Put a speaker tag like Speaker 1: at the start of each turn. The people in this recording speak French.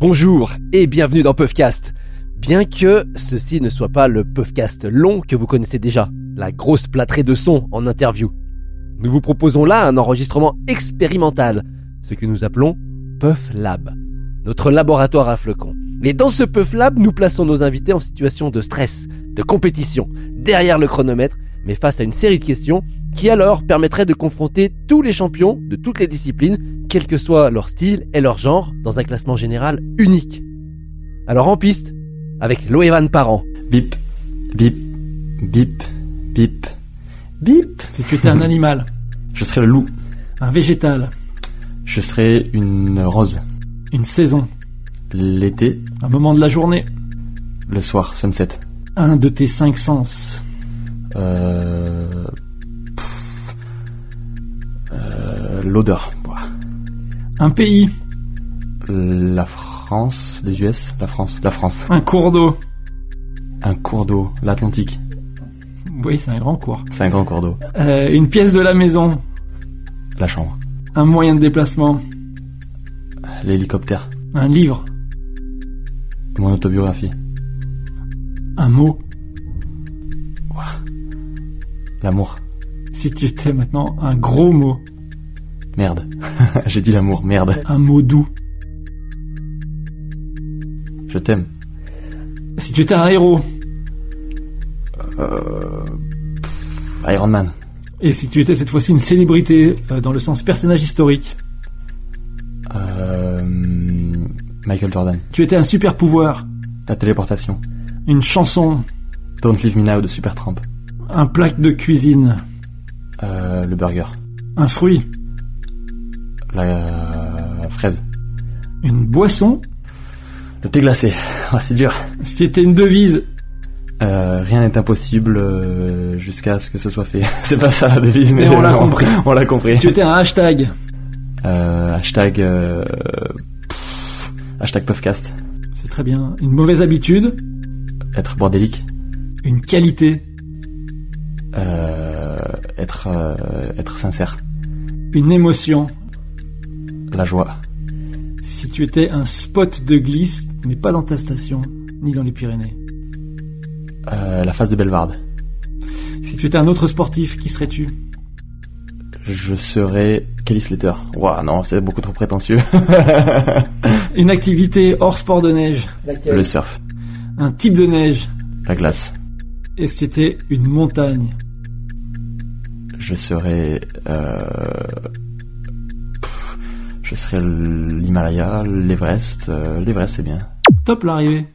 Speaker 1: Bonjour et bienvenue dans Puffcast. Bien que ceci ne soit pas le Puffcast long que vous connaissez déjà, la grosse plâtrée de son en interview. Nous vous proposons là un enregistrement expérimental, ce que nous appelons Puff Lab, notre laboratoire à flocons. Et dans ce Puff Lab, nous plaçons nos invités en situation de stress, de compétition, derrière le chronomètre, mais face à une série de questions qui alors permettrait de confronter tous les champions de toutes les disciplines, quel que soit leur style et leur genre, dans un classement général unique. Alors en piste, avec Loevan Parent.
Speaker 2: Bip, bip, bip, bip, bip.
Speaker 3: Si tu étais un animal,
Speaker 2: Je serai le loup.
Speaker 3: un végétal,
Speaker 2: Je serai une rose.
Speaker 3: une saison,
Speaker 2: L'été,
Speaker 3: un moment de la journée,
Speaker 2: le soir, sunset.
Speaker 3: un de tes cinq sens,
Speaker 2: Euh... pff, euh, L'odeur. Ouah.
Speaker 3: un pays,
Speaker 2: La France, les US, la France, la France.
Speaker 3: un cours d'eau.
Speaker 2: Un cours d'eau, l'Atlantique.
Speaker 3: Oui, c'est un grand cours.
Speaker 2: C'est un grand cours d'eau.
Speaker 3: Euh, une pièce de la maison,
Speaker 2: La chambre.
Speaker 3: un moyen de déplacement,
Speaker 2: L'hélicoptère.
Speaker 3: un livre,
Speaker 2: Mon autobiographie.
Speaker 3: un mot.
Speaker 2: Ouah. L'amour.
Speaker 3: Si tu étais maintenant un gros mot,
Speaker 2: Merde. J'ai dit l'amour, merde.
Speaker 3: un mot doux.
Speaker 2: Je t'aime.
Speaker 3: Si tu étais un héros,
Speaker 2: Euh... pff, Iron Man.
Speaker 3: et si tu étais cette fois-ci une célébrité euh, dans le sens personnage historique,
Speaker 2: Euh, Michael Jordan.
Speaker 3: tu étais un super pouvoir,
Speaker 2: La téléportation.
Speaker 3: une chanson,
Speaker 2: Don't Leave Me Now de Supertramp.
Speaker 3: un plat de cuisine,
Speaker 2: Euh, le burger.
Speaker 3: un fruit,
Speaker 2: La euh, fraise.
Speaker 3: une boisson.
Speaker 2: Le thé glacé. Ah, c'est dur.
Speaker 3: Si tu étais une devise,
Speaker 2: Euh, rien n'est impossible euh, jusqu'à ce que ce soit fait. c'est pas ça la devise, mais,
Speaker 3: Mais on l'a
Speaker 2: non,
Speaker 3: compris.
Speaker 2: On l'a compris.
Speaker 3: tu étais un hashtag,
Speaker 2: Euh, hashtag. euh, pff, hashtag Puffcast.
Speaker 3: C'est très bien. Une mauvaise habitude,
Speaker 2: Être bordélique.
Speaker 3: une qualité,
Speaker 2: Euh, être euh, être sincère.
Speaker 3: une émotion.
Speaker 2: La joie.
Speaker 3: Si tu étais un spot de glisse, mais pas dans ta station, ni dans les Pyrénées.
Speaker 2: Euh, la face de Belvarde.
Speaker 3: Si tu étais un autre sportif, qui serais-tu
Speaker 2: Je serai Kelly Slater. Waouh, non, c'est beaucoup trop prétentieux.
Speaker 3: Une activité hors sport de neige,
Speaker 2: le surf.
Speaker 3: un type de neige.
Speaker 2: La glace.
Speaker 3: Et si tu étais une montagne,
Speaker 2: je serais euh, pff, je serais l'Himalaya, l'Everest, euh, l'Everest c'est bien.
Speaker 3: top l'arrivée.